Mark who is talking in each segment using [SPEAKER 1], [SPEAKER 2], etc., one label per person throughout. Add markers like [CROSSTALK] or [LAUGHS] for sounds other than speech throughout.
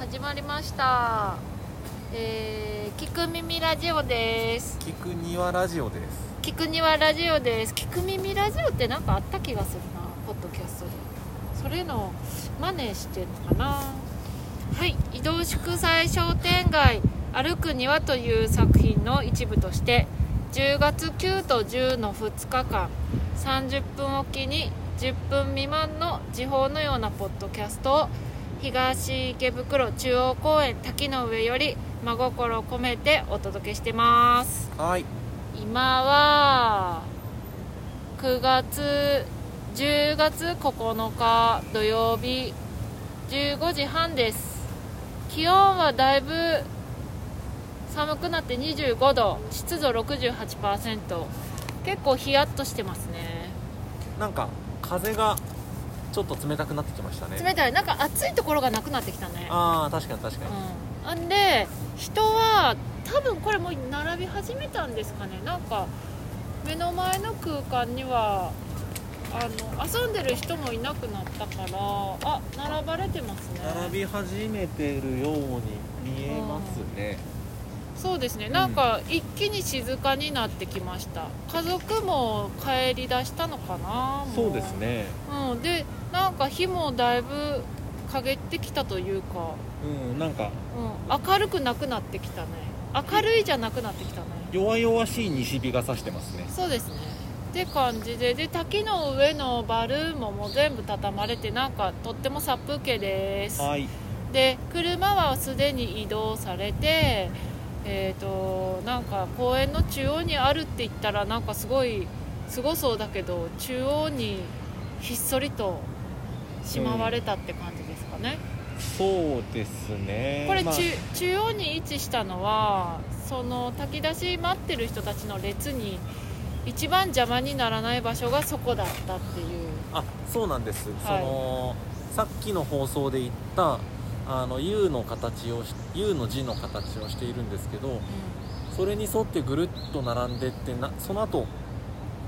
[SPEAKER 1] 始まりましたえー、聞く耳ラジオです
[SPEAKER 2] 聞く庭ラジオです
[SPEAKER 1] 聞くにはラジオです聞く耳ラジオってなんかあった気がするなポッドキャストでそれの真似してんのかなはい移動祝祭商店街歩く庭という作品の一部として10月9と10の2日間30分おきに10分未満の時報のようなポッドキャストを東池袋中央公園滝の上より真心込めてお届けしてます
[SPEAKER 2] はい
[SPEAKER 1] 今は9月10月9日土曜日15時半です気温はだいぶ寒くなって25度湿度68%結構ヒヤッとしてますね
[SPEAKER 2] なんか風がちょっと冷たくなってきましたね
[SPEAKER 1] 冷たいなんか暑いところがなくなってきたね
[SPEAKER 2] ああ確かに確かに、
[SPEAKER 1] うん、んで人は多分これもう並び始めたんですかねなんか目の前の空間にはあの遊んでる人もいなくなったからあ並ばれてますね
[SPEAKER 2] 並び始めてるように見えますね、
[SPEAKER 1] そうですねなんか一気に静かになってきました家族も帰りだしたのかなも
[SPEAKER 2] そうですね
[SPEAKER 1] うんでなんか日もだいぶ陰ってきたというか、
[SPEAKER 2] うんなんか
[SPEAKER 1] うん、明るくなくなってきたね明るいじゃなくなってきたね
[SPEAKER 2] 弱々しい西日が差してますね
[SPEAKER 1] そうですねって感じでで滝の上のバルーンももう全部畳まれてなんかとっても殺風景です
[SPEAKER 2] はい
[SPEAKER 1] で車はすでに移動されてえっ、となんか公園の中央にあるって言ったらなんかすごいすごそうだけど中央にひっそりとしまわれたって感じですかね、
[SPEAKER 2] そうですね
[SPEAKER 1] これ中,、
[SPEAKER 2] まあ
[SPEAKER 1] 中央に位置したのはその炊き出し待ってる人たちの列に一番邪魔にならない場所がそこだったっていう
[SPEAKER 2] あそうなんです、
[SPEAKER 1] い
[SPEAKER 2] そのさっきの放送で言ったあの U の形をし U の字の形をしているんですけどそれに沿ってぐるっと並んでってなその後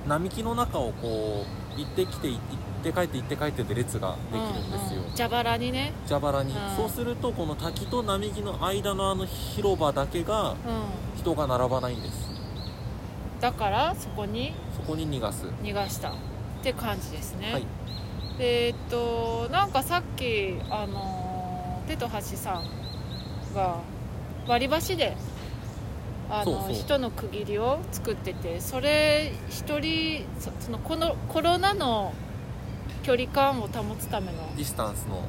[SPEAKER 2] 並木の中をこう行ってきて行って帰って行って帰ってで列ができるんですよ、
[SPEAKER 1] うう蛇腹にね、
[SPEAKER 2] 蛇腹
[SPEAKER 1] う
[SPEAKER 2] に、
[SPEAKER 1] ん
[SPEAKER 2] そうするとこの滝と並木の間のあの広場だけが
[SPEAKER 1] う
[SPEAKER 2] 人が並ばないんです
[SPEAKER 1] ん、だからそこに
[SPEAKER 2] そこに逃がす、
[SPEAKER 1] 逃がしたって感じですね、
[SPEAKER 2] はい
[SPEAKER 1] でえっとなんかさっきあのー手と橋さんが割り箸であの
[SPEAKER 2] そうそう
[SPEAKER 1] 人の区切りを作っててそれ一人そそのこのコロナの距離感を保つための
[SPEAKER 2] ディスタンスの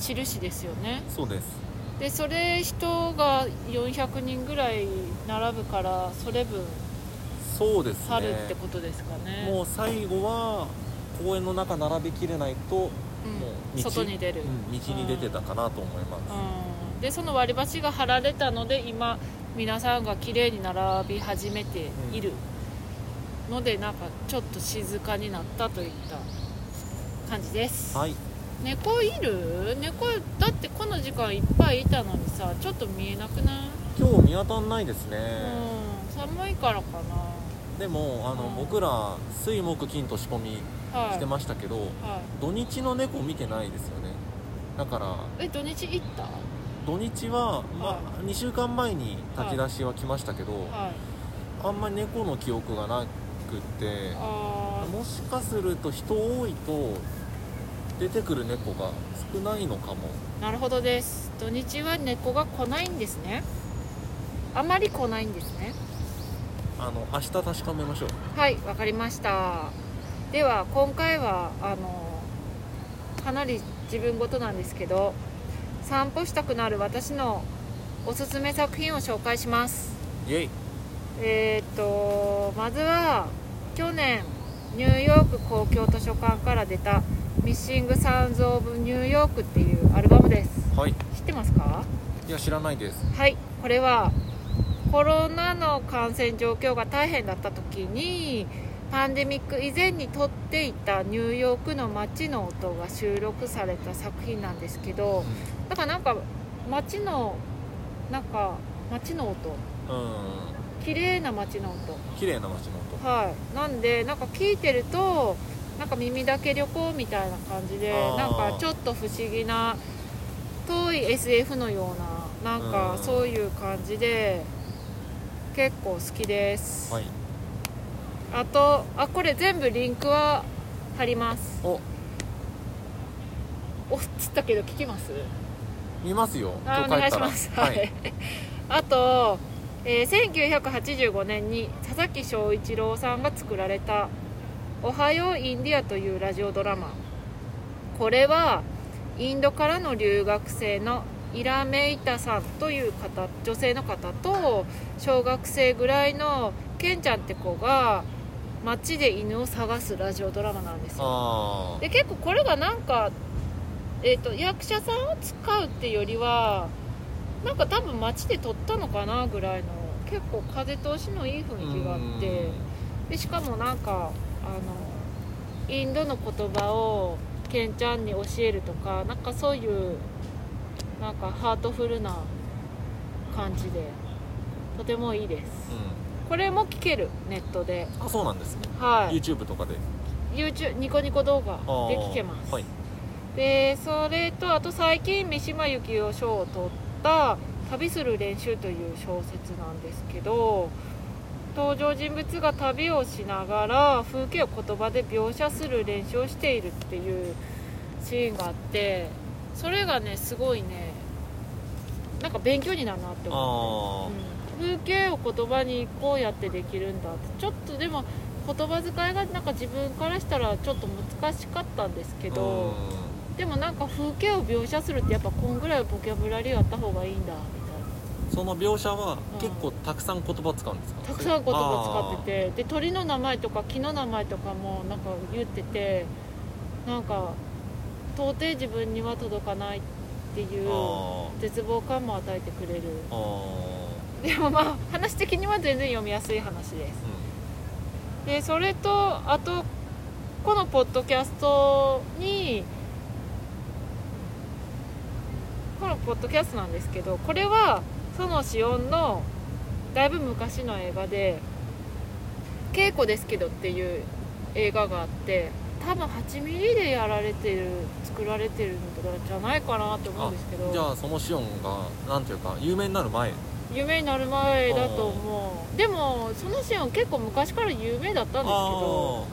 [SPEAKER 1] 印ですよね
[SPEAKER 2] そうです
[SPEAKER 1] でそれ人が400人ぐらい並ぶからそれ分
[SPEAKER 2] そうですね
[SPEAKER 1] 去るってことですかね
[SPEAKER 2] もう最後は公園の中並べきれないと、
[SPEAKER 1] うん
[SPEAKER 2] もう道
[SPEAKER 1] 外に出る、
[SPEAKER 2] うん道に出てたかなと思います、
[SPEAKER 1] うんでその割り箸が貼られたので今皆さんが綺麗に並び始めているので、なんかちょっと静かになったといった感じです、
[SPEAKER 2] はい
[SPEAKER 1] 猫いる猫だってこの時間いっぱいいたのにさちょっと見えなくない、
[SPEAKER 2] 今日見当たんないですね、
[SPEAKER 1] うん寒いからか
[SPEAKER 2] でもあの、
[SPEAKER 1] うん
[SPEAKER 2] 僕ら水木金と仕込み
[SPEAKER 1] なはい
[SPEAKER 2] してましたけど、
[SPEAKER 1] はい
[SPEAKER 2] 土日の猫見てないですよねだから
[SPEAKER 1] え土日行った
[SPEAKER 2] 土日は、ま
[SPEAKER 1] は
[SPEAKER 2] あ、2週間前に炊き出しは来ましたけど、
[SPEAKER 1] はい
[SPEAKER 2] あんまり猫の記憶がなくって
[SPEAKER 1] あ
[SPEAKER 2] もしかすると人多いと出てくる猫が少ないのかも
[SPEAKER 1] ーなるほどです土日は猫が来ないんですねあまり来ないんですね
[SPEAKER 2] あの明日確かめましょう
[SPEAKER 1] はいわかりましたでは今回はあのかなり自分ごとなんですけど散歩したくなる私のおすすめ作品を紹介します
[SPEAKER 2] イエイ
[SPEAKER 1] えーっとまずは去年ニューヨーク公共図書館から出た「ミッシング・サウンズ・オブ・ニューヨーク」っていうアルバムです
[SPEAKER 2] はい
[SPEAKER 1] 知ってますか
[SPEAKER 2] いや知らないです
[SPEAKER 1] はいこれはコロナの感染状況が大変だった時にパンデミック以前に撮っていたニューヨークの街の音が収録された作品なんですけどだからなんか街のなんか街の音
[SPEAKER 2] うん
[SPEAKER 1] 綺麗な街の音
[SPEAKER 2] 綺麗な街の音
[SPEAKER 1] はい、なんでなんか聞いてるとなんか耳だけ旅行みたいな感じで
[SPEAKER 2] あー
[SPEAKER 1] なんかちょっと不思議なごい SF のようななんか
[SPEAKER 2] うん
[SPEAKER 1] そういう感じで結構好きです、
[SPEAKER 2] はい
[SPEAKER 1] あとあこれ全部リンクは貼ります
[SPEAKER 2] お
[SPEAKER 1] おっつったけど聞きます
[SPEAKER 2] 見ますよ
[SPEAKER 1] あ
[SPEAKER 2] 今
[SPEAKER 1] お願
[SPEAKER 2] 日帰っ
[SPEAKER 1] い
[SPEAKER 2] た
[SPEAKER 1] し
[SPEAKER 2] ら
[SPEAKER 1] ますはい、 [LAUGHS] あと、えー1985年に佐々木翔一郎さんが作られた「おはようインディア」というラジオドラマこれはインドからの留学生のイラメイタさんという方女性の方と小学生ぐらいのケンちゃんって子が街で犬を探すラジオドラマなんですよ
[SPEAKER 2] あー
[SPEAKER 1] で結構これがなんか、えー、と役者さんを使うってよりはなんか多分街で撮ったのかなぐらいの結構風通しのいい雰囲気があってでしかもなんかあのインドの言葉をケンちゃんに教えるとかなんかそういうなんかハートフルな感じでとてもいいです
[SPEAKER 2] うん
[SPEAKER 1] これも聞けるネットで
[SPEAKER 2] うんあそうなんですね
[SPEAKER 1] はい
[SPEAKER 2] YouTube とかで
[SPEAKER 1] YouTube ニコニコ動画で
[SPEAKER 2] あー
[SPEAKER 1] 聞けます
[SPEAKER 2] はい
[SPEAKER 1] でそれとあと最近三島由紀夫賞を取った「旅する練習」という小説なんですけど登場人物が旅をしながら風景を言葉で描写する練習をしているっていうシーンがあってそれがねすごいねなんか勉強になるなって思って
[SPEAKER 2] あ
[SPEAKER 1] うん風景を言葉にこうやってできるんだってちょっとでも言葉遣いがなんか自分からしたらちょっと難しかったんですけ
[SPEAKER 2] ー
[SPEAKER 1] どでもなんか風景を描写するってやっぱこんぐらいボキャブラリーあった方がいいんだみたいな
[SPEAKER 2] うんその描写は
[SPEAKER 1] うん
[SPEAKER 2] 結構たくさん言葉使うんですか
[SPEAKER 1] たくさん言葉使っててで鳥の名前とか木の名前とかもなんか言っててなんか到底自分には届かないっていう
[SPEAKER 2] あ
[SPEAKER 1] 絶望感も与えてくれる
[SPEAKER 2] ーあー
[SPEAKER 1] でもまあ話的には全然読みやすい話ですでそれとあとこのポッドキャストにこのポッドキャストなんですけどこれは園子音のだいぶ昔の映画で「稽古ですけど」っていう映画があって多分8ミリでやられてる作られてるんじゃないかなって思うんですけ
[SPEAKER 2] う
[SPEAKER 1] ど
[SPEAKER 2] んじゃあそのシオンがなんていうか有名になる前
[SPEAKER 1] 夢になる前だと思うでもそのシーンは結構昔から有名だったんですけど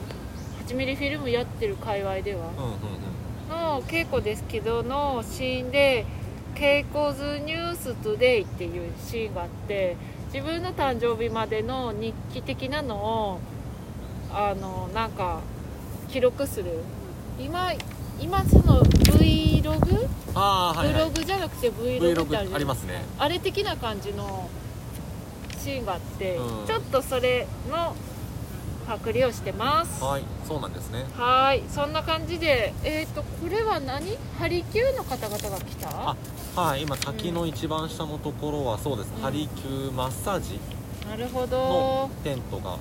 [SPEAKER 1] 8ミリフィルムやってる界隈では
[SPEAKER 2] あーうんうんうん
[SPEAKER 1] の稽古ですけどのシーンで「稽古ズニューストゥデイ」っていうシーンがあって自分の誕生日までの日記的なのをあのなんか記録する今今その Vlog?、
[SPEAKER 2] ああはい、はい、
[SPEAKER 1] ブログじゃなくて Vlog ってある
[SPEAKER 2] Vlog ありますね
[SPEAKER 1] あれ的な感じのシーンがあって、
[SPEAKER 2] うん
[SPEAKER 1] ちょっとそれのパクリをしてます
[SPEAKER 2] はいそうなんですね
[SPEAKER 1] はーいそんな感じでえっ、とこれは何ハリキューの方々が来た
[SPEAKER 2] あはい今滝の一番下のところはそうです、
[SPEAKER 1] うん
[SPEAKER 2] ハリキューマッサージ
[SPEAKER 1] なるほど
[SPEAKER 2] テントが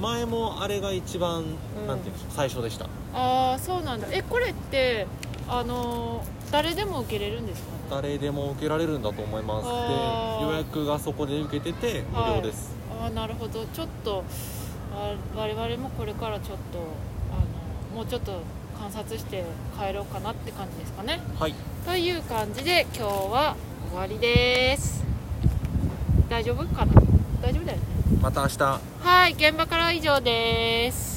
[SPEAKER 2] 前もあれが一番、
[SPEAKER 1] うん
[SPEAKER 2] なんていうんでしょう最初でした
[SPEAKER 1] ああそうなんだえこれってあのー誰でも受けれるんですかね
[SPEAKER 2] 誰でも受けられるんだと思います
[SPEAKER 1] あー
[SPEAKER 2] で予約がそこで受けてて
[SPEAKER 1] はい
[SPEAKER 2] 無料です、
[SPEAKER 1] ああなるほどちょっとあ我々もこれからちょっとあのもうちょっと観察して帰ろうかなって感じですかね
[SPEAKER 2] はい
[SPEAKER 1] という感じで今日は終わりです大丈夫かな大丈夫だよね
[SPEAKER 2] また明日
[SPEAKER 1] はい現場からは以上です